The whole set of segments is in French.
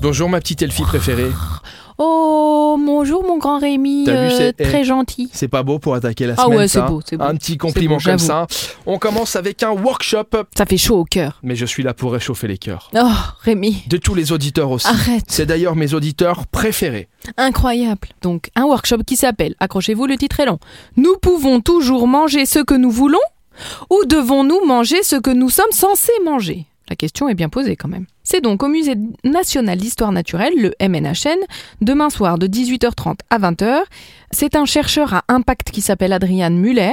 Bonjour ma petite elfie préférée. Oh, bonjour mon grand Rémi, T'as vu, euh, c'est- eh, très gentil. C'est pas beau pour attaquer la Ah semaine ouais, c'est ça. hein beau, c'est beau. Un petit compliment beau, comme j'avoue. ça. On commence avec un workshop, Ça fait chaud au cœur. mais je suis là pour réchauffer les cœurs. Oh, Rémi, De tous les auditeurs aussi. arrête, C'est d'ailleurs mes auditeurs préférés. incroyable. Donc, un workshop qui s'appelle, accrochez-vous, le titre est long. Nous pouvons toujours manger ce que nous voulons ou devons-nous manger ce que nous sommes censés manger La question est bien posée quand même. C'est donc au Musée national d'histoire naturelle, le MNHN, demain soir de 18h30 à 20h. C'est un chercheur à impact qui s'appelle Adrian Muller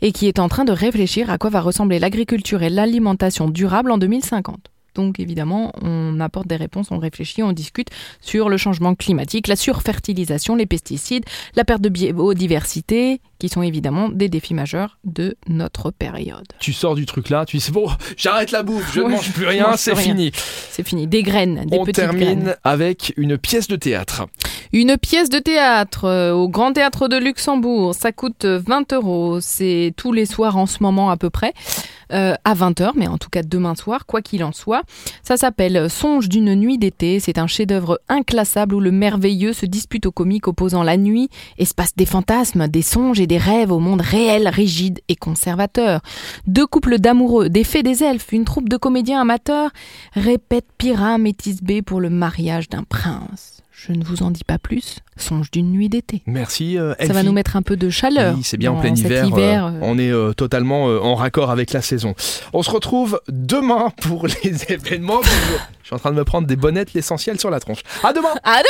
et qui est en train de réfléchir à quoi va ressembler l'agriculture et l'alimentation durable en 2050. Donc évidemment, on apporte des réponses, on réfléchit, on discute sur le changement climatique, la surfertilisation, les pesticides, la perte de biodiversité, qui sont évidemment des défis majeurs de notre période. Tu sors du truc là, tu dis bon, j'arrête la bouffe, je ne Ouais, mange plus je rien, mange c'est plus rien. fini. C'est fini, des graines, des On petites termine graines. avec une pièce de théâtre. Une pièce de théâtre euh, au Grand Théâtre de Luxembourg, ça coûte euh, 20 euros, c'est tous les soirs en ce moment à peu près, euh, à 20h, mais en tout cas demain soir, quoi qu'il en soit. Ça s'appelle Songe d'une nuit d'été, c'est un chef-d'œuvre inclassable où le merveilleux se dispute au comique opposant la nuit, espace des fantasmes, des songes et des rêves au monde réel, rigide et conservateur. Deux couples d'amoureux, des fées des elfes, une troupe de comédiens amateurs, répète Pyrrha Métis B pour le mariage d'un prince. Je ne vous en dis pas plus. Songe d'une nuit d'été. Merci euh, Ça va Elfie. nous mettre un peu de chaleur. Oui, c'est bien en dans plein cet hiver. euh, hiver, euh, on est euh, totalement euh, en raccord avec la saison. On se retrouve demain pour les événements. du jour. Je suis en train de me prendre des bonnettes, l'essentiel sur la tronche. À demain À